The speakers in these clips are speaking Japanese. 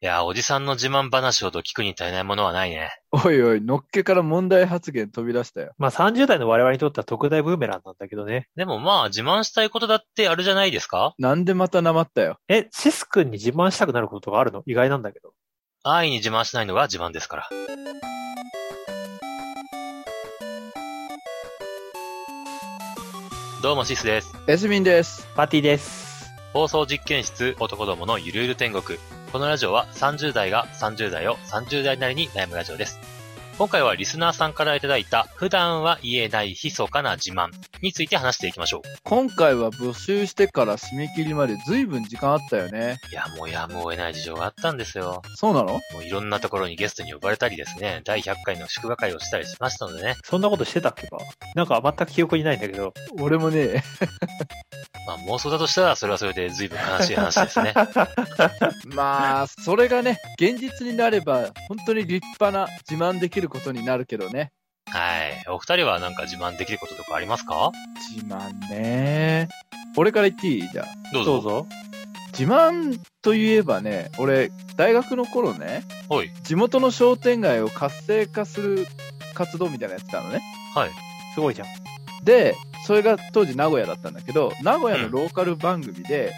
いやー、おじさんの自慢話ほど聞くに足りないものはないね。おいおい、のっけから問題発言飛び出したよ。まあ30代の我々にとっては特大ブーメランなんだけどね。でもまあ、自慢したいことだってあるじゃないですかなんでまたなまったよ。え、シス君に自慢したくなることがあるの意外なんだけど。安易に自慢しないのが自慢ですから。どうもシスです。エスミンです。パーティーです。放送実験室男どものゆるゆる天国。このラジオは30代が30代を30代なりに悩むラジオです。今回はリスナーさんからいただいた普段は言えない密かな自慢について話していきましょう。今回は募集してから締め切りまで随分時間あったよね。いや、もうやむを得ない事情があったんですよ。そうなのもういろんなところにゲストに呼ばれたりですね、第100回の祝賀会をしたりしましたのでね、そんなことしてたっけかなんか全く記憶にないんだけど。俺もね、まあ妄想だとしたらそれはそれで随分悲しい話です ね。 まあ、それがね、現実になれば本当に立派な自慢できることになるけどね。はい。お二人はなんか自慢できることとかありますか自慢ね。俺から言っていいじゃあ。どうぞ。どうぞ。自慢といえばね、俺、大学の頃ね、はい。地元の商店街を活性化する活動みたいなのやってたのね。はい。すごいじゃん。で、それが当時名古屋だったんだけど、名古屋のローカル番組で、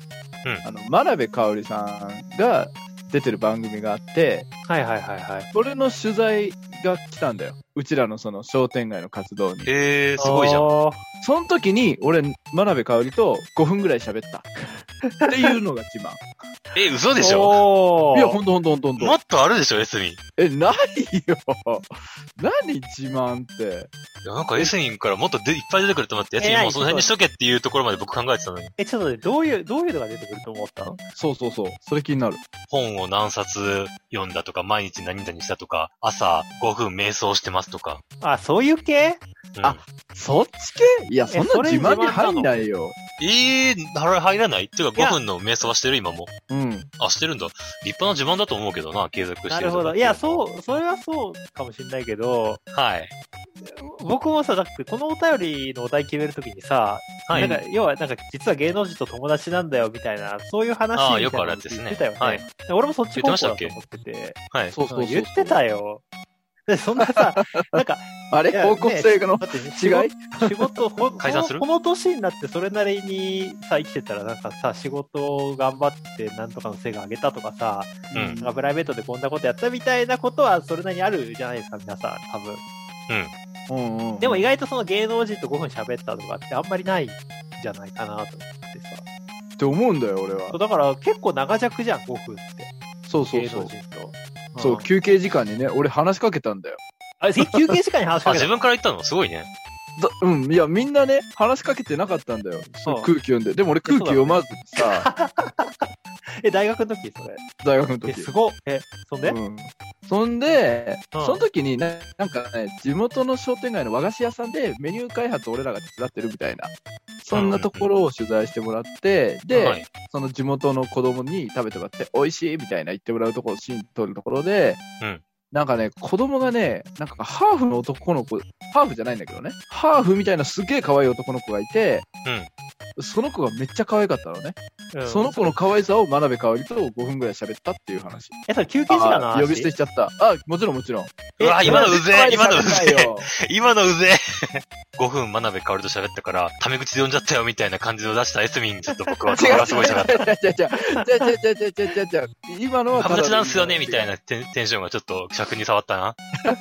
うんあの、真鍋かおりさんが出てる番組があって、はいはいはいはい。それの取材が来たんだよ。うちらのその商店街の活動に。えー、すごいじゃん。ん。その時に、俺、真鍋かおりと5分ぐらい喋った。っていうのが自慢。え、嘘でしょょいや、ほんとほんとほんとほんとも。っとあるでしょ、エスミン。いえ、ないよ。 何自慢って。や、なんかエスミンからもっとでいっぱい出てくると思って、エスミンもうその辺にしとけっていうところまで僕考えてたのに。え、ちょっとね、どういう、どういうのが出てくると思ったのそうそうそう。それ気になる。本を何冊読んだとか、毎日何々したとか、朝5分瞑想してますとか。あ、そういう系うんあそっち系いや、そんなそれ自慢自慢になの入んないよ。えー、腹入らないっていうかいや5分の瞑想はしてる今も。うん。あ、してるんだ。立派な自慢だと思うけどな、継続してるなるほど。いや、そう、それはそうかもしれないけど、う。はい。僕もさ、だってこのお便りのお題決めるときにさ、はい。なんか、要は、なんか、実は芸能人と友達なんだよ、みたいな、そういう話あみたいなあのよくあるやつですね言ってたよね。はい俺もそっち方向だと思ってて。はい。そうそうそう。言ってたよ。で、そん なさ、なんか、あれいや方向性のだってね仕違い事仕 事、ほん解散するこのこの年になってそれなりにさ、生きてたら、なんかさ、仕事を頑張って、なんとかの成果上げたとかさ、うなんん。かプライベートでこんなことやったみたいなことは、それなりにあるじゃないですか、皆さん、多分。うんうんうんでも意外とその芸能人と5分喋ったとかってあんまりないんじゃないかなと思ってさ。って思うんだよ、俺そうは。だから結構長尺じゃん、5分って。そうそう芸そ能う。人と。そう、休憩時間にね、俺話しかけたんだよ。あれ、休憩時間に話しあ、かけた自分から言ったのすごいね。だうん、いや、みんなね、話しかけてなかったんだよ。そのうん空気読んで。でも俺空気読まずに さ、え、大学の時それ。大学のえ、時。すごっ。え、そんで、うんそんで、うんその時にね、なんかね、地元の商店街の和菓子屋さんでメニュー開発を俺らが手伝ってるみたいな、そんなところを取材してもらって、で、はい。 その地元の子供に食べてもらって、美味しいみたいな言ってもらうところ、シーン撮るところで、うんなんかね、子供がね、なんかハーフの男の子、ハーフじゃないんだけどね、ハーフみたいなすげえ可愛い男の子がいて、その子がめっちゃ可愛かったのね。うんその子の可愛さを真鍋かおりと5分ぐらい喋ったっていう話。え、それ休憩時間のあ話呼び捨てしちゃった。あ、もちろんもちろん。うわ、え今のうぜえ今のう喋んぜないえよ今のうぜ え !5 分真鍋かおりと喋ったから、タメ口で呼んじゃったよみたいな感じを出したエスミン、ちょっと僕 は、これはすごい喋った。違う違う違う違う違う違う違う違う違う今のはタただメの口なんすよねみたいなテンテンションがちょっと尺に触ったな。うん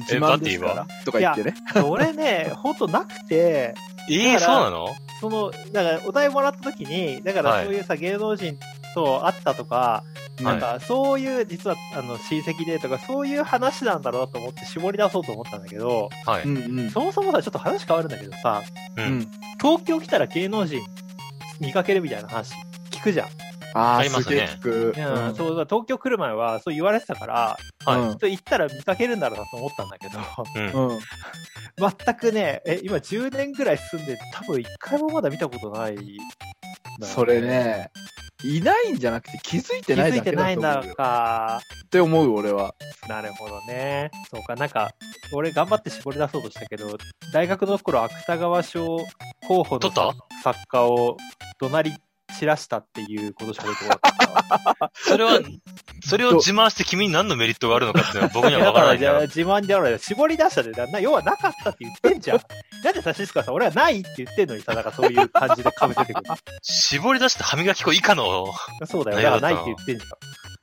自慢ですからとか言ってね。俺ね、ほんとなくて、ええー、だそうからなのその、だからお題もらった時に、だかはいらそういうさ、芸能人と会ったとか、なんかそういう、実はあの親戚でとか、そういう話なんだろうなと思って絞り出そうと思ったんだけど、はいうんうんそもそもさ、ちょっと話変わるんだけどさ、う。うんん東京来たら芸能人見かけるみたいな話聞くじゃん。ああーりますすげねえ聞くうんそうだ東京来る前はそう言われてたから、はいうんちょっと行ったら見かけるんだろうなと思ったんだけど、うん。うん全くね、え、今10年ぐらい住んで、多分一回もまだ見たことないんだよね、それねいないんじゃなくて気づい気てないづいだけてだないんと思うだよか。って思う俺はなるほどね。そうか、なんか、俺頑張って絞り出そうとしたけど、大学の頃、芥川賞候補の取った作家を怒鳴り散らしたっていうことしか出てこなかった。それは、それを自慢して君に何のメリットがあるのか っていうのは僕にはわからないんだだからよ。自慢であるよ。絞り出したで、だな要はなかったって言ってんじゃん。なんでさ、シスカさん、俺はないって言ってんのにさ、なんかそういう感じで被せてくる。 絞り出した歯磨き粉以下の。そうだよ。なだいよからないって言ってんじゃい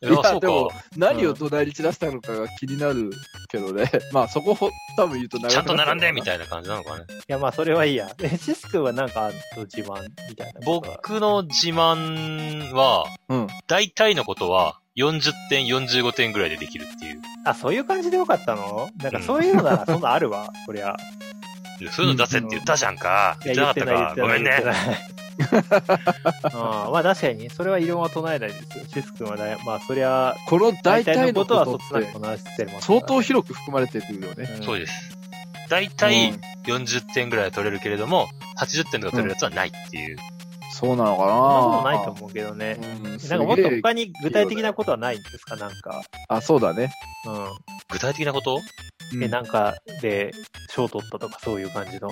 いや、そやうでもか。何を隣に散らしたのかが気になるけどね、まあそこほ多分言うと長くちゃんと並んでみいたいな感じなのかね。ん。いや、まあ、それはいいや。え、シス君はなんか、自慢みたいなことは。僕の自慢は、な。うん。大体のことは40点、45点ぐらいでできるっていう。あ、そういう感じでよかったのなんかそういうのなら、そ んなあるわ、こりゃ。そういうの出せって言ったじゃんか。いやじゃなかったか。ごめん。ね。言 ってないうんまあ確かに、それは異論は唱えないですよ。シス君はね、まあそりゃ、この大体のことことはっそつなくてこなしてますから相当広く含まれてくるよね。そうです。大う体ん40点ぐらいは取れるけれども、80点とか取れるやつはないっていう。そうなのかそんなことなないと思うけどね。うんすげなえんかもっと他に具体的なことはないんですかなんか。あ、そうだね。う具体的なことん。うえ、んなんかで、賞取ったとかそういう感じの。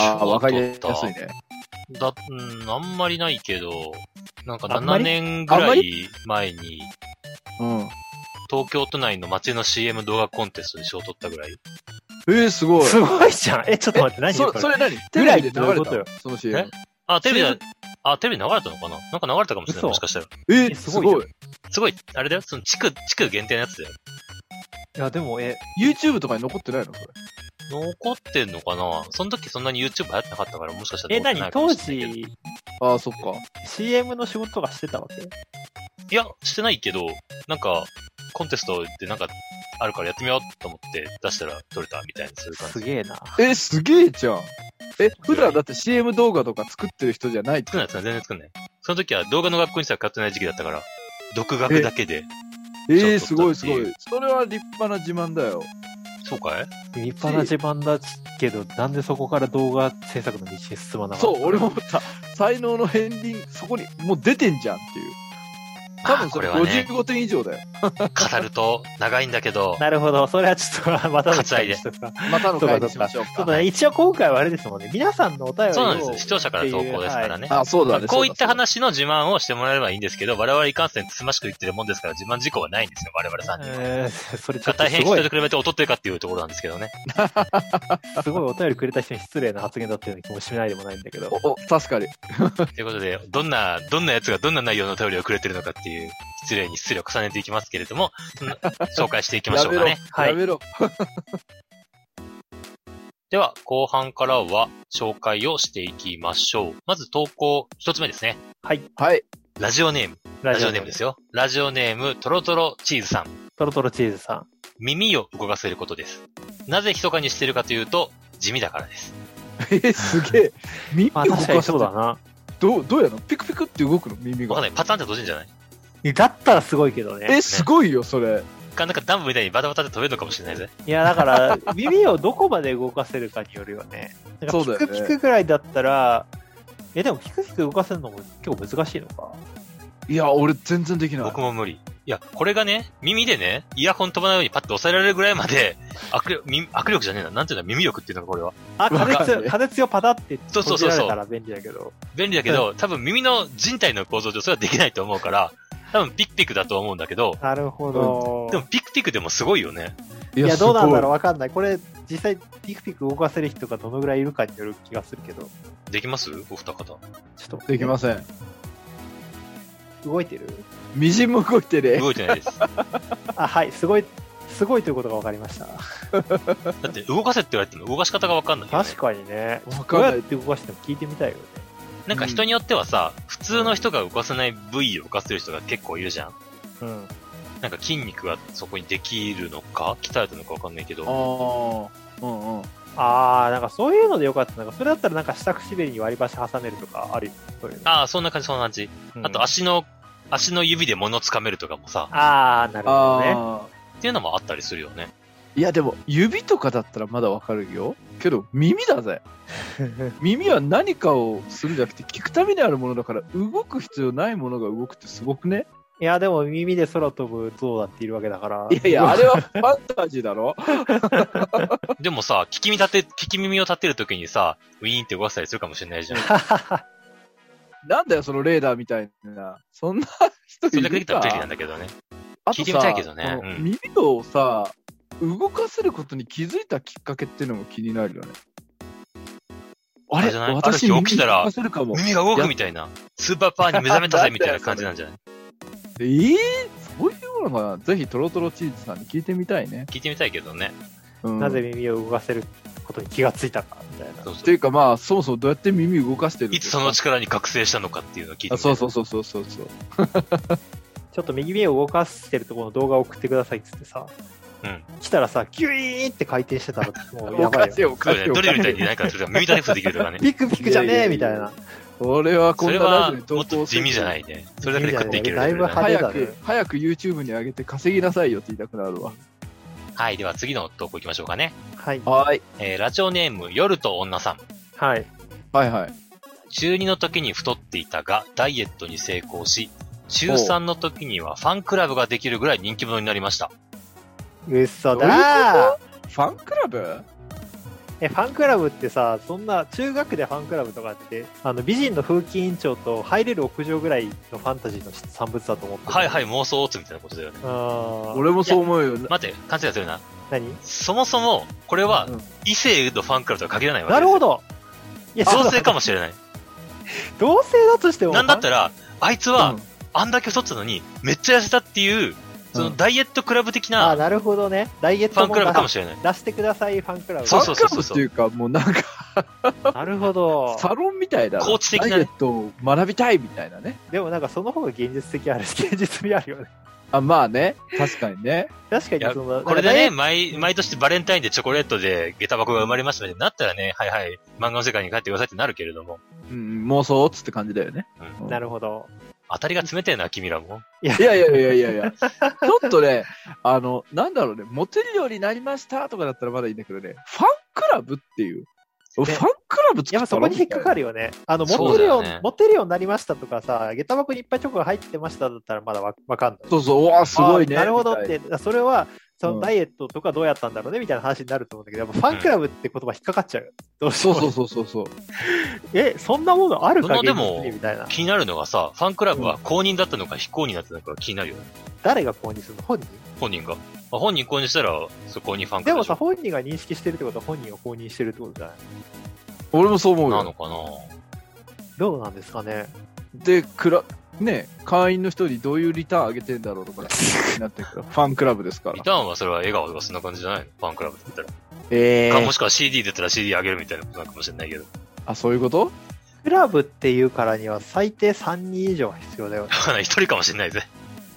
あ、わかりや賞取ったすいね。だ、うん、あんまりないけど、なんかあんま7り年ぐあんらまい前に、うん。東京都内の街の CM 動画コンテストで賞を取ったぐらい。えー、すごい。すごいじゃん。え、ちょっと待って、何そこれそれ何テレビで流どういうれことよたその CM。あ、テレビそで、あ、テレビで流れたのかななんか流れたかもしれない、嘘もしかしたら。ええー、すすごいごい。すごい、あれだよ、その地区、地区限定のやつだよ。いや、でも、え、 YouTube とかに残ってないのそれ。残ってんのかなその時そんなに YouTube 流行ってなかったから、もしかしたらえ、残ってな何いかも当しれないけど。時、あー、そっか。 CM の仕事とかしてたわけいや、してないけど、なんか、コンテストでなんか、あるからやってみようと思って出したら取れたみたいな、そういう感すじ。げえな。えー、すげえじゃん。え、普段だって CM 動画とか作ってる人じゃないって作んない、作んない、全然作んない。その時は動画の学校にしか通ってない時期だったから、独学だけで。えー、ちすょっとごだいけすごい。それは立派な自慢だよ。そうかい立派な自慢だけど、なんでそこから動画制作の道に進まなかったそう、俺も思った。才能の片鱗、そこにもう出てんじゃんっていう。多まあ分それこれはね55点以上だよ。語ると長いんだけど、なるほど、それはちょっと、またの割機会愛でにしとくかまたの回にしましょうそうか。だね、一応今回はあれですもんね、皆さんのお便りを。そうなんです。視聴者から投稿ですからね。ね。あ、そうだね。こういったそうだ話の自慢をしてもらえればいいんですけど、我々いかんせんつつましく言ってるもんですから自慢事項はないんですよ、我々3人。 えーそれちょがっと大す変人ごと比い、べて劣ってるかっていうところなんですけどね。すごいお便りくれた人に失礼な発言だったような気もしないでもないんだけど。おお、確かに。ということで、どんな、どんな奴がどんな内容のお便りをくれてるのかっていう、失礼に失礼を重ねていきますけれども、うん紹介していきましょうかね。はいやめろ。では、後半からは紹介をしていきましょう。まず投稿、一つ目ですね。はい。ラジオネーム。ラジオネームですよ。よ。ラジオネーム、トロトロチーズさん。トロトロチーズさん。耳を動かせることです。なぜ密かにしてるかというと、地味だからです。えー、すげえ。耳まあ動確かにかすそうだな。どう、どうやのピクピクって動くの耳わかんなが。い。パタンって閉じるんじゃないだったらすごいけどね。え、すごいよ、それ。か、なんかダンブみたいにバタバタって飛べるのかもしれないぜ。いや、だから、耳をどこまで動かせるかによるよね。なんそかうだよピねクピクぐらいだったら、え、でもピクピク動かせるのも結構難しいのか。いや、俺全然できない僕。も無理。いや、これがね、耳でね、イヤホン飛ばないようにパッと押さえられるぐらいまで、 握力、耳握力じゃねえな。なんていうの耳力っていうのか、これは。あ、わかん風ない強、風強パタってそうそう閉そうそじうられたら便利だけど。便利だけど、多分耳の人体の構造上それはできないと思うから、多分ピクピクだと思うんだけど、なるほど。でもピクピクでもすごいよね。いいや、どうなんだろうう。わかんない。これ、実際、ピクピク動かせる人がどのぐらいいるかによる気がするけど、ちょできますお二方。っと。。できますせん。動いてるみじんも動いてる。動いてないです。 あ、はい、すごい、すごいということが分かりました。だって動かせって言われても動かし方がわかんない、確かにね。わどかうんやなっい。て動かしても聞いてみたいよね。なんか人によってはさ、普通の人が動かせない部位を動かせる人が結構いるじゃん。うん。なんか筋肉がそこにできるのか鍛えたのかわかんないけど。ああ。うんうん。あー、なんかそういうのでよかった。なんかそれだったらなんか下唇に割り箸挟めるとかあるよ。そういうの。ああ、そんな感じ、そんな感じ。うんあと足の、足の指で物掴めるとかもさ、あー、なるほどね。ああ。っていうのもあったりするよね。いやでも指とかだったらまだわかるよけど耳だ ぜ耳は何かをするんじゃなくて聞くためにあるものだから動く必要ないものが動くってすごくねいや、でも耳で空飛ぶ象だっているわけだから。いやいやあ れ はファンタジーだろでもさ、聞き耳立て、聞き耳を立てるときにさ、ウィーンって動かしたりするかもしれないじゃん。なんだよ、そのレーダーみたいな。そんな人それだいけでるきたらか便利なんだけどね。あ聞といてみたさいけどねこのうん耳をさ、動かせることに気づいたきっかけっていうのも気になるよね。ああれれじゃない私ある日耳起きたら動かせるかも。耳が動くみたいな。スーパーパワーに目覚めたぜみたいな感じなんじゃないえー、そういうのかなぜひトロトロチーズさんに聞いてみたいね。聞いてみたいけどね。うんなぜ耳を動かせることに気がついたかみたいな。そうそうっていうかまあ、そもそもどうやって耳動かしてるんいでつすかその力に覚醒したのかっていうのを聞いてみたあいそうそうそうそうそうそう。ちょっと右目を動かしてるところの動画を送ってくださいっつってさ、うん来たらさ、キュイーンって回転してたら、もうやおばかいよし。いおそかうしだいね。おドかリしルみたいい。になんかするから耳対抗できるとか ね。ピクピクじゃねえみたいいやな。俺はこそんれなラはジオにも投っと稿。地味じゃないいね。それだけで食っていけるレベルだね地味じゃな早い派手だくね、早く YouTube に上げて稼ぎなさいよって言いたくなるわ。はい、では次の投稿行きましょうかね。はい。はい。えーラジオネーム、夜と女さん。はい。はいはい。中2の時に太っていたが、ダイエットに成功し、中3の時にはファンクラブができるぐらい人気者になりました。嘘どういうだーファンクラブえ、ファンクラブってさ、そんな、中学でファンクラブとかって、あの、美人の風紀委員長と入れる屋上ぐらいのファンタジーの産物だと思ってるはいはい、。妄想オーツみたいなことだよね。あー俺もそう思うよ。待って、勘違いするな。何そもそも、これはうん異性のファンクラブとは限らないわけなでするよ。ほどいや、 そう同だ性かもしれない。同性だとしても。なんだったら、あいつは、うんあんだけ太ってたのに、めっちゃ痩せたっていう、そのダイエットクラブ的あー、なフなるほどね。ダイエッァトンクラブかもししれない。出してください、ファンクラブ。そうそうファンクラブっていうか、もうなんか、なるほど。サロンみたいだなコーチ的なねダイエットを学びたいみたいなね。でもなんかその方が現実的ある、現実味あるよね。あ、まあ ね。確かにね。確かいやにその、これでなね、んか毎、毎年バレンタインでチョコレートで下駄箱が生まれましたみたいになったらね、はいはい、漫画の世界に帰ってくださいってなるけれども、うん、妄想っつって感じだよね。うねなるほど。当たりが冷てえな、君らも。いやいやいやいやいや。ちょっとね、あの、なんだろうね、モテるようになりましたとかだったらまだいいんだけどね、ファンクラブっていう。ファンクラブ作やっぱそこに引っかかる。るよね。あの、そうモテだるよよねう、モテるようになりましたとかさ、下駄箱にいっぱいチョコが入ってましただったらまだわわかんない。そうそう、うわあ、すごいね。あーなるほどみたっいな。て、それは、そうのんダイエットとかどうやったんだろうねみたいな話になると思うんだけど、やっぱファンクラブって言葉引っかかっちゃうよ。どうしそよううも。そうそうそうそう。え、そんなものあるそかの現で実もにみたいな。気になるのがさ、ファンクラブは公認だったのか非公認だったのか気になるよね。誰が購入するの本人本人が。まあ本人公認したら、そこにファンクでラブもでしょさ、本人が認識してるってことは本人が購入してるってことじゃない俺もそう思うなよ。のかなどうなんですかねで、くら、ね、会員の人にどういうリターンあげてんだろうとか、なってるから、ファンクラブですからリ。ターンはそれは笑顔とかそんな感じじゃないのファンクラブって言ったら。ええかもしくは CD 出たら CD あげるみたいなことなのかもしれないけど。 あ、そういうことクラブっていうからには最低3人以上は必要だよね。わかんない一人かもしれないぜ。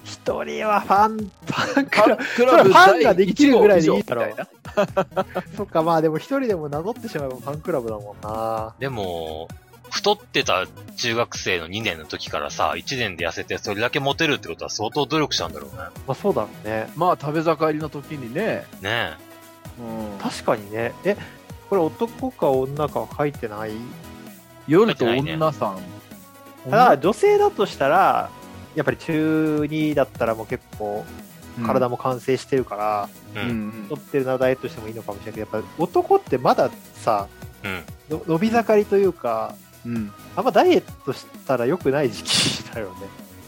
1人はファン、ファンク ファランブ。クそれラはブファンができるぐらいでいいだ第一号以上みたろな。そっか、まあでも1人でもなぞってしまえばファンクラブだもんな。でも、太ってた中学生の2年の時からさ、1年で痩せてそれだけモテるってことは相当努力したんだろうね。まあそうだろうね。まあ、食べ盛りの時にね、ねえ。うん確かにね。え、これ男か女かは書いてない夜と女さん。ただ、女性だとしたら、やっぱり中2だったらもう結構体も、も完成してるから、うんうん太ってるなダイエットしてもいいのかもしれないけど、やっぱ男ってまださ、うん。の伸び盛りというか、うん、あんまダイエットしたら良くない時期だよね。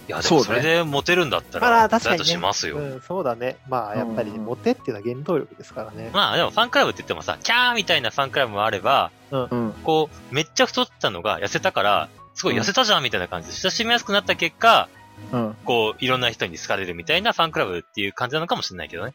いや、でそうもねそれでモテるんだったまら、あ確かだにねとしますよ。うん、そうだね。まあ、やっぱりうんモテっていうのは原動力ですからね。まあでもファンクラブって言ってもさ、キャーみたいなファンクラブもあれば、うん、こう、めっちゃ太ったのが痩せたから、すごい痩せたじゃんみたいな感じで親しみやすくなった結果、うん。こう、いろんな人に好かれるみたいなファンクラブっていう感じなのかもしれないけどね。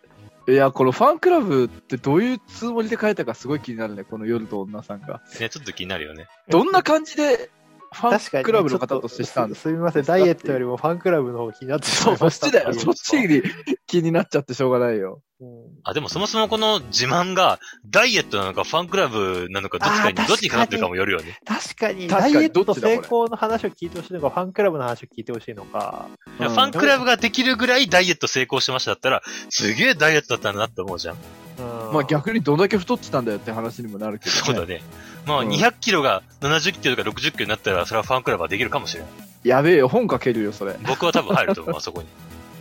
いや、このファンクラブってどういうつもりで書いたかすごい気になるね、この夜と女さんが。ね、ちょっと気になるよね。どんな感じでフ確ァかンにクラブの方としてしたんちょっですすみません、ダイエットよりもファンクラブの方気になってしまそう、いそまっしたちだよ。ていうそっちに気になっちゃってしょうがないよ。うんあ、でもそもそもこの自慢が、ダイエットなのかファンクラブなのかどっちかあーに、確かにどっちにかかってるかもよるよね。確かに、確かダにイエッどトっちだこれ成功の話を聞いてほしいのか、ファンクラブの話を聞いてほしいのか。いやファンクラブができるぐらいダイエット成功しましただったら、すげえダイエットだったんだなって思うじゃん。うんまあ逆にどんだけ太ってたんだよって話にもなるけど、ね。そうだね。まあうん200キロが70キロとか60キロになったら、それはファンクラブはできるかもしれない。やべえよ、本書けるよ、それ。うん。僕は多分入ると思う、あそこに。い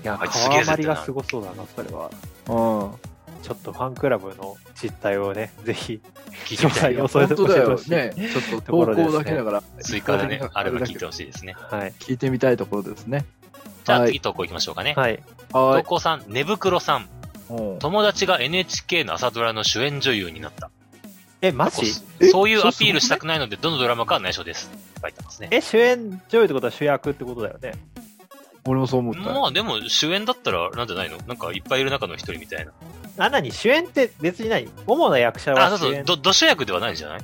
や、あいつすげえ川ぜってな張りがすごそうだな、それは。そちょっとファンクラブの実態をね、 ぜひ、聞いてみたい 詳細を本当だよ教えね。ちょっと投稿だけだから、追加でね、あれば聞いてだほしいですね。はい。け聞いてみたいところですね。じゃあはい次投稿いきましょうかね。はい。は投い。稿さん、寝袋さん。うん友達が NHK の朝ドラの主演女優になった。え、マジえそういうアピールしたくないので、どのドラマかは内緒です。って書いてますね。え、主演女優ってことは主役ってことだよね。俺もそう思った。まあでも、主演だったら、なんじゃないのなんかいっぱいいる中の一人みたいな。あ、なに主演って別に何主な役者あ、そうは主そう、演ど、ど主役ではないんじゃない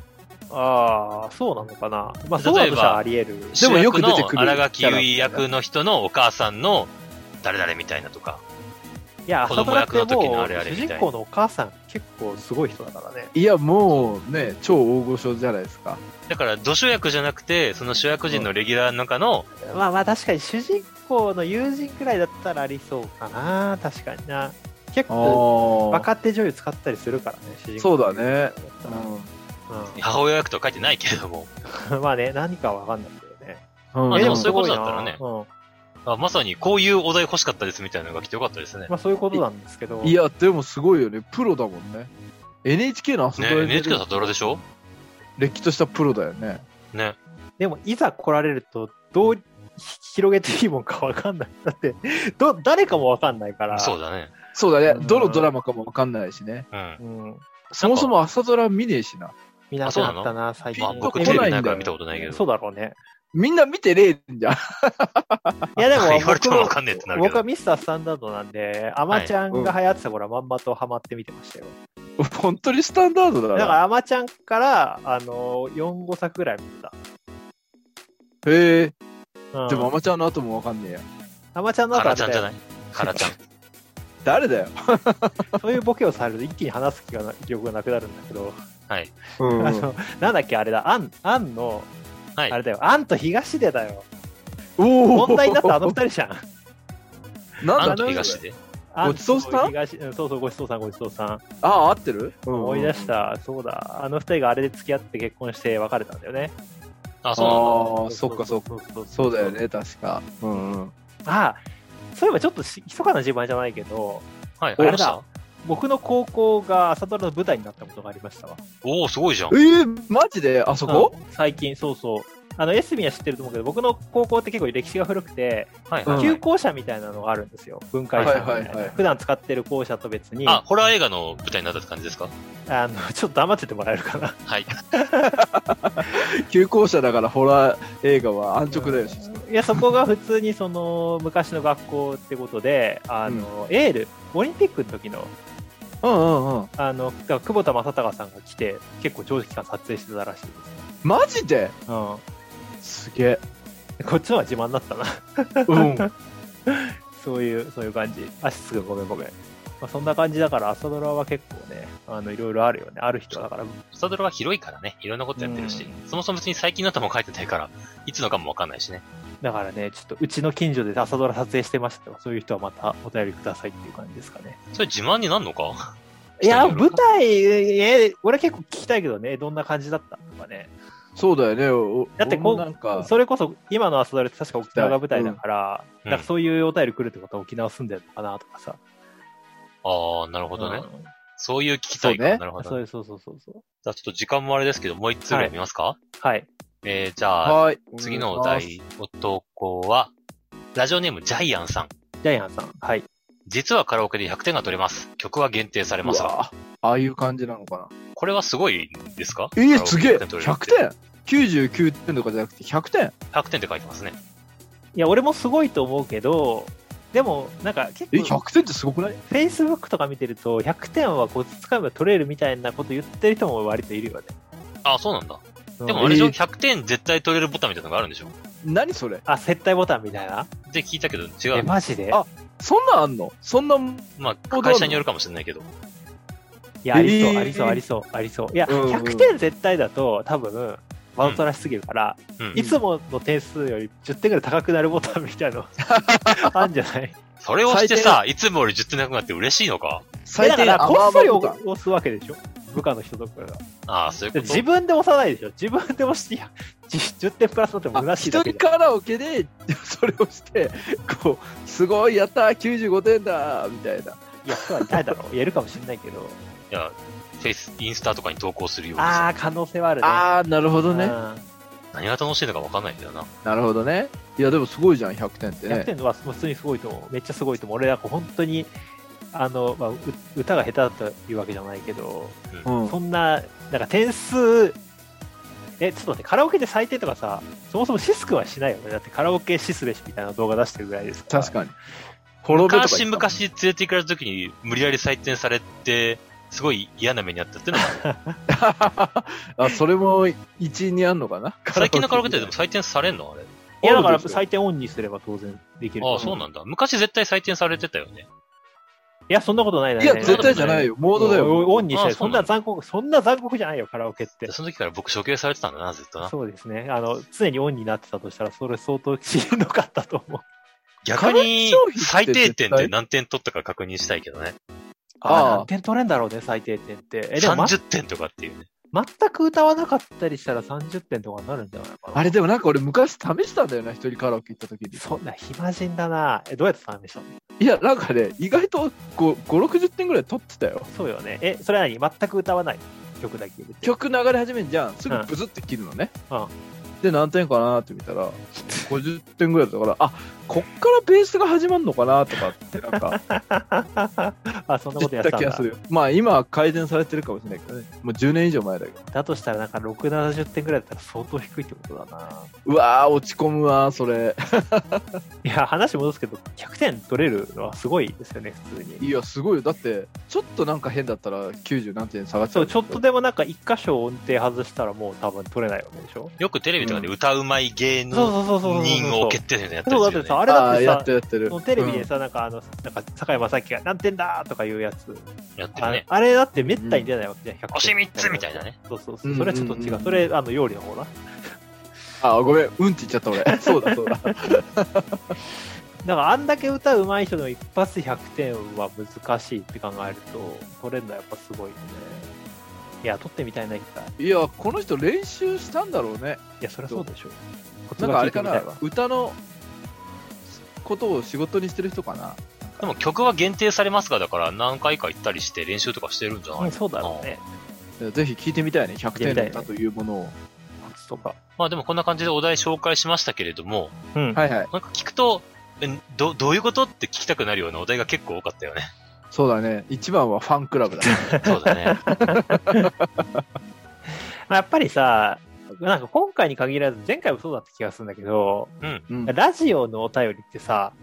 ああ、そうなのかな。まあ、そうだとしたらあり得る。でもよく出て主役くるの荒垣結衣役の人のお母さんの誰々みたいなとか。いや、子朝ド供ラっ役ての時のもあう、れあれみ主たいな人公のお母さん、結構すごい人だからね。いや、もうね、超大御所じゃないですか。だから、ど主役じゃなくて、その主役陣のレギュラーの中の、まあまあ、確かに主人公の友人くらいだったらありそうかな。確かにな。結構、ああ。若手女優使ったりするからね、主人そ公うだの友人ねだったら。う母親役とは書いてないけれども、うん まあね、何かはわかんないけどね。ん。まあえでもうんそういうことだったらねすごいなうんあまさにこういうお題欲しかったですみたいなのが来てよかったですね。まあそういうことなんですけど。いや、でもすごいよね。プロだもんね。NHK の朝ドね、ラに出 NHK るの朝ドラでしょれっきとしたプロだよね。ね。でも、いざ来られると、どうひ広げていいもんかわかんない。だって、ど、誰かもわかんないから。そうだね。そうだうね。んどのドラマかもわかんないしね。うん。うん。そもそも朝ドラ見ねえしな。見なくなったな、最近まピあン。と僕テこレビなないいんだよから見たことないけど。そうだろ うね。みんな見てねえんじゃ ん。いやでも言われて僕ももわかんねえってなるけ僕はど。ミスタースタンダードなんで、アマちゃんが流行ってた頃はまんまとハマって見てましたよ。本当にスタンダードだな。だからアマちゃんから、あのー、4、5作ぐらい見てた。へえ。うんでも、アマちゃんの後もわかんねえや。アマちゃんのカ後ラはちゃんじゃないねカラちゃん。誰だよ。そういうボケをされると一気に話す気がな記憶がなくなるんだけど、はい。うんあの、なんだっけ、あれだ、アン、アンの、はいあれだよ、アンと東出だよ。おお。問題になったあの二人じゃん。なアんンとだ東で。ア ごンちそうさん東うんそうそう、ごちそうさん、ごちそうさん。ああ、合ってる思い出し。た、そうだ、あの二人があれで付き合って結婚して別れたんだよね。あ、あそあー、そっかそっか。うそうそうだよ。ね、確か。うんうん。あそういえばちょっとし密かな自慢じゃないけど、うなんだ。おはい、ありました。僕の高校が朝ドラの舞台になったことがありましたわ。おおすごいじゃん。ええ、マジであそこうん最近、そうそう。あの、エスミは知ってると思うけど、僕の高校って結構歴史が古くて、はい、うんはい旧校舎みたいなのがあるんですよ。分解はさいみたいな。はいはい普段使ってる校舎と別に、あ、あホラー映画の舞台になったって感じですかの、 ちょっと黙っててもらえるかな。はい。旧校舎だからホラー映画は安直だよ。いや、そこが普通にその、昔の学校ってことで、あの、エール、オリンピックの時の、うんうんうん。あの、久保田正孝さんが来て、結構長期間撮影してたらしいです。マジでうん。こすげえ。 っちの方が自慢だったな。うん。そういう、そういう感じ。あ、すぐごめんごめん。まあ、そんな感じだから、朝ドラは結構ね、あの、いろいろあるよね。ある人だから。朝ドラは広いからね、いろんなことやってるし、そもそも別に最近のとも書いてないから、いつのかもわかんないしね。だからね、ちょっとうちの近所で朝ドラ撮影してましたとか、そういう人はまたお便りくださいっていう感じですかね。それ自慢になんのかいや、人によ舞るか台、え、俺結構聞きたいけどね、どんな感じだったとかね。そうだよね。おだってこう俺もなんか、それこそ、今の朝ドラって確か沖縄が舞台だから、うんなんかそういうお便り来るってことは沖縄住んでるのかなとかさ。ああ、なるほどね。うんそういう聞きたいかそうねなるほどそね。うそうそうそうそう。じゃあちょっと時間もあれですけど、もう一通ぐらい見ますか、はい。えー、じゃあ、はい。次のお題、男は、ラジオネームジャイアンさん。ジャイアンさん。はい。実はカラオケで100点が取れます。曲は限定されうますが。わああいう感じなのかこれはすごいんですかな。えー、すげえ !100 100点 !99 点とかじゃなくて100点100点って書いてますね。いや、俺もすごいと思うけど、でも、なんか結え、構、 100点ってすごくない Facebook とか見てると、100点はこう、つかめば取れるみたいなこと言ってる人も割といるよね。あ、そうなんだ。うんでもあれでしょ、えー ?100 点絶対取れるボタンみたいなのがあるんでしょ何それあ、接待ボタンみたいなって聞いたけど違え、う。マジであそんなんあんのそんな、うんまあ、どう会社によるかもしれないけど。いや、ありそう、えーありそう、ありそう、ありそう。いや、うんうん100点絶対だと、多分、わざとらしすぎるから、うんい。つもの点数より10点ぐらい高くなるボタンみたい の、あんじゃないそれをしてさ、いつもより10点なくなって嬉しいのかえだ最か低ら、なこっそりボタン押すわけでしょ部下の人とかが。ああ、そういうでこと。自分で押さないでしょ自分で押して、いや10点プラスだってもあ虚しい一だけ人じゃんカラオケ でそれをしてこうすごいやったー95点だーみたいないや、人はいない だろう。やるかもしれないけど。いや、フェイス、インスタとかに投稿するようにあさ、あ、可能性はあるね。ああ、なるほどね。何が楽しいのか分かんないんだよな。なるほどね。いや、でもすごいじゃん、100点ってうん。100ね。点は普通にすごいと思う。めっちゃすごいと思う。俺なんか本当に、あの、まあ、う歌が下手だったというわけじゃないけど、うん。そんな、なんか点数、え、ちょっと待って、カラオケで最低とかさ、そもそもシスクはしないよね。だってカラオケシスレシピみたいな動画出してるぐらいです確に。かに。滅べとか昔言って々たもん。連れて行かれた時に無理やり採点されて、すごい嫌な目にあったっていうのもある、 あ、それも一員にあんのかな最近のカラオケってでも採点されんのあれ。いや、だからあるでしょ採点オンにすれば当然できる。ああ、そうなんだ。昔絶対採点されてたよね。いや、そんなことないないや、絶対じゃないよ。よ。モードだよ。オンにしあたあい。そそうなんんだな残酷、そんな残酷じゃないよ、カラオケってで。その時から僕処刑されてたんだな、ずっとな。そうですね。あの、常にオンになってたとしたら、それ相当しんどかったと思う。逆にカラオケ、商品最って低絶対点って何点取ったか確認したいけどね。ああ何点取れんだろうね、最低点って。え、でも、ま、 30点とかっていうね。全く歌わなかったりしたら30点とかになるんじゃないかな。あれでもなんか俺昔試したんだよな、一人カラオケ行った時に。そんな、暇人だな。え、どうやって試したのいや、なんかね、意外と5、60点ぐらい取ってたよ。そうよね。え、それは何全く歌わない曲だけ入れて。曲流れ始めんじゃん。すぐブズって切るのね。うんで、何点かなって見たら、50点ぐらいだったから、あ、こっからベースが始まるのかなとかって、 なんか、 あ、そんな知こっとやったてたん気がだす。るよ。まあ今は改善されてるかもしれないけどね。もう10年以上前だけど。だとしたら、なんか6、70点ぐらいだったら相当低いってことだな。うわー、落ち込むわー、それ。 いや、話戻すけど、100点取れるのはすごいですよね、普通に。いや、すごいよ。だって、ちょっとなんか変だったら90何点下がっちゃ。そうう、ちょっとでもなんか一箇所音程外したらもう多分取れないわけでしょよくテレビとかで歌うまい芸そう能そうそうそうそう。人を決定戦でやったりそう、だすっるよてねさ、。あれあだっあー、てやさって、るやってるその。テレビでうんさ、なんかあの、なんか、坂井正樹が何点だとかいうやつ。やってるあね。あれだってめったに出ないわけじゃん、100点。星3つみたいなね。そうそううそんう。うんそれはちょっと違う。それ、あの、料理の方な。あー、ごめん。うんって言っちゃった俺。そうだ、そうだ。だから、あんだけ歌うまい人の一発100点は難しいって考えると、取れるのはやっぱすごいよね。いや、取ってみたいな、一回。いいや、この人練習したんだろうね。や、そりゃそうでしょ。コツなんかがあ聞れいてかみたないわ。歌のことを仕事にしてる人かな。でも曲は限定されますが、だから何回か行ったりして練習とかしてるんじゃない、うんそうだろうね。ぜひ聞いてみたいね。100点聞いてみたいだねというものを。コツとか。まあでもこんな感じでお題紹介しましたけれども、うん。はいはい。なんか聞くと、えど、どういうことって聞きたくなるようなお題が結構多かった よね。そうだね。一番はファンクラブだ、ね。そうだね。まあやっぱりさ、なんか今回に限らず、前回もそうだった気がするんだけど、うん。ラジオのお便りってさ、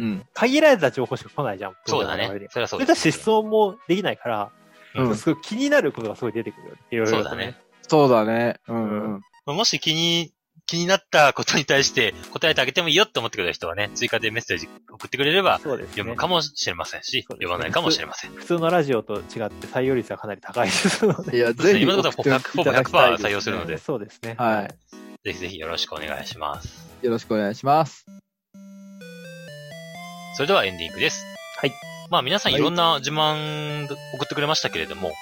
うん。限られた情報しか来ないじゃん。そうだ僕らの場合ねに。それはそそうれでだすし質問もできないから、うんすごい気になることがすごい出てくるよね。いろいろとそうだね。そうだね。うんうん。まあもし気に、気になったことに対して答えてあげてもいいよって思ってくれた人はね、追加でメッセージ送ってくれれば、そうです読ねむ。かもしれませんし、そうですね読まないかもしれません。普通のラジオと違って採用率はかなり高いですので。いや、そうですぜねひ今の送とっこていろただきたいです100%ね、採用するのでそうですね。はぜひぜひよろしくお願いします。い。よろしくお願いします。それではエンディングです。はい。まあ皆さんはいいろんな自慢送ってくれましたけれども、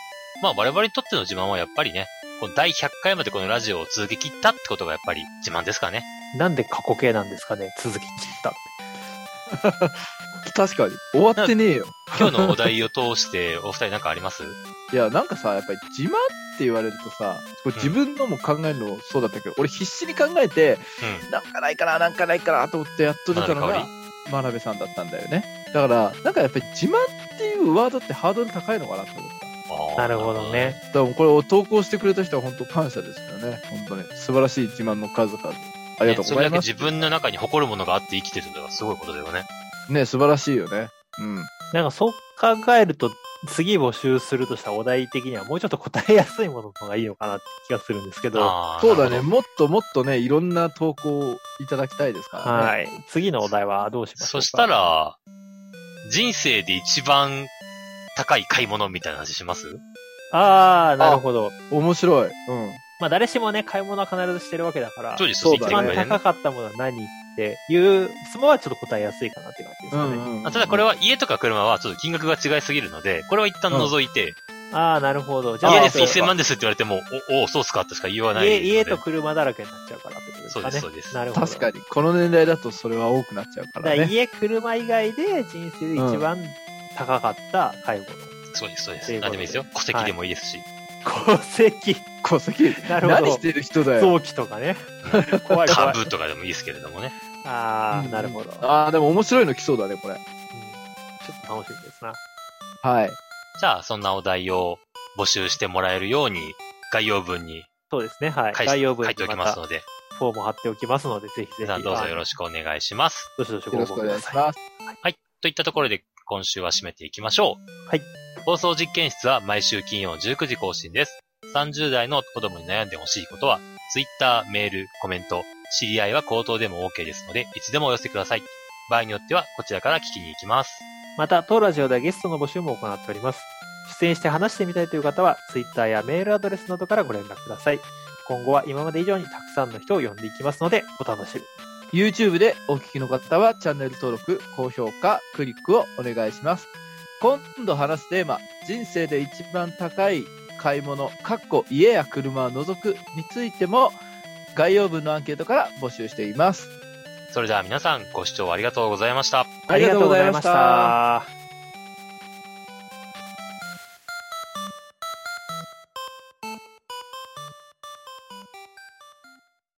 まあ我々にとっての自慢はやっぱりね、この第100回までこのラジオを続け切ったってことがやっぱり自慢ですかね。なんで過去形なんですかね続き切った。確かに。終わってねえよ。今日のお題を通してお二人なんかありますいや、なんかさ、やっぱり自慢って言われるとさ、こう自分のも考えるのそうだったけど、俺必死に考えて、うなんかないかな、なんかないかなと思ってやっと出たのなるが、真鍋さんだったんだよね。だから、なんかやっぱり自慢っていうワードってハードル高いのか なと思った。あーなるほど。ね。だからもうこれを投稿してくれた人は本当感謝ですよね。本当に。素晴らしい自慢の数々。あありがとうそございます。れだけ自分の中に誇るものがあって生きてるのはすごいことだよね。ね、素晴らしいよね。うん。なんかそう考えると、次募集するとしたらお題的にはもうちょっと答えやすいものの方がいいのかなって気がするんですけど、あーそうだなね。るほどもっともっとね、いろんな投稿をいただきたいですからね。はい。次のお題はどうしましょうかそした、ら、人生で一番高い買い物みたいな話しますああ、なるほど。面白い。うん。まあ誰しもね、買い物は必ずしてるわけだから、そうですそうだ生ねき一ていく上番でね高かったものは何っていう質問はちょっと答えやすいかなって感じですうよね。ん、うん。あただこれ、は家とか車はちょっと金額が違いすぎるので、これは一旦除いて、ああ、なるほど。じゃあ、家であす、そうか1000万ですって言われても、お、お、そうっすかってしか言わないの家で。家と車だらけになっちゃうからってことですそうかでね。す、そうです。なるほど。確かに、この年代だとそれは多くなっちゃうかだらからね。家、車以外で人生で一番高かった介護の そうです、そうです。ということで何でもいいですよ。戸籍でもいいですし。功績戸籍なるほど何してる人だよ臓器と かね怖い怖い株とかでもいいですけれどもね。ああなるほど、うんちょああでも面白いの来そうだねこれっと楽しみですなはいじゃあ、そんなお題を募集してもらえるように、概要文にそうですねはい書い概要文書いておにきまますたので、フォームを貼っておきますのでぜひぜひ皆さんどうぞよろししくお願いします。くどしどしよご応ろしく募おく願だいしさいますといったところで今週は締めていきましょう。はい。放送実験室は毎週金曜19時更新です。30代の子供に悩んでほしいことは、Twitter、メール、コメント、知り合いは口頭でも OK ですので、いつでもお寄せください。場合によっては、こちらから聞きに行きます。また当ラジオではゲストの募集も行っております出演して話してみたいという方は Twitter やメールアドレスなどからご連絡ください今後は今まで以上にたくさんの人を呼んでいきますのでお楽しみに YouTube でお聞きの方はチャンネル登録、高評価、クリックをお願いします。今度話すテーマ、人生で一番高い買い物、かっこ家や車を除くについても概要文のアンケートから募集しています。それでは皆さん、ご視聴ありがとうございました。ありがとうございました。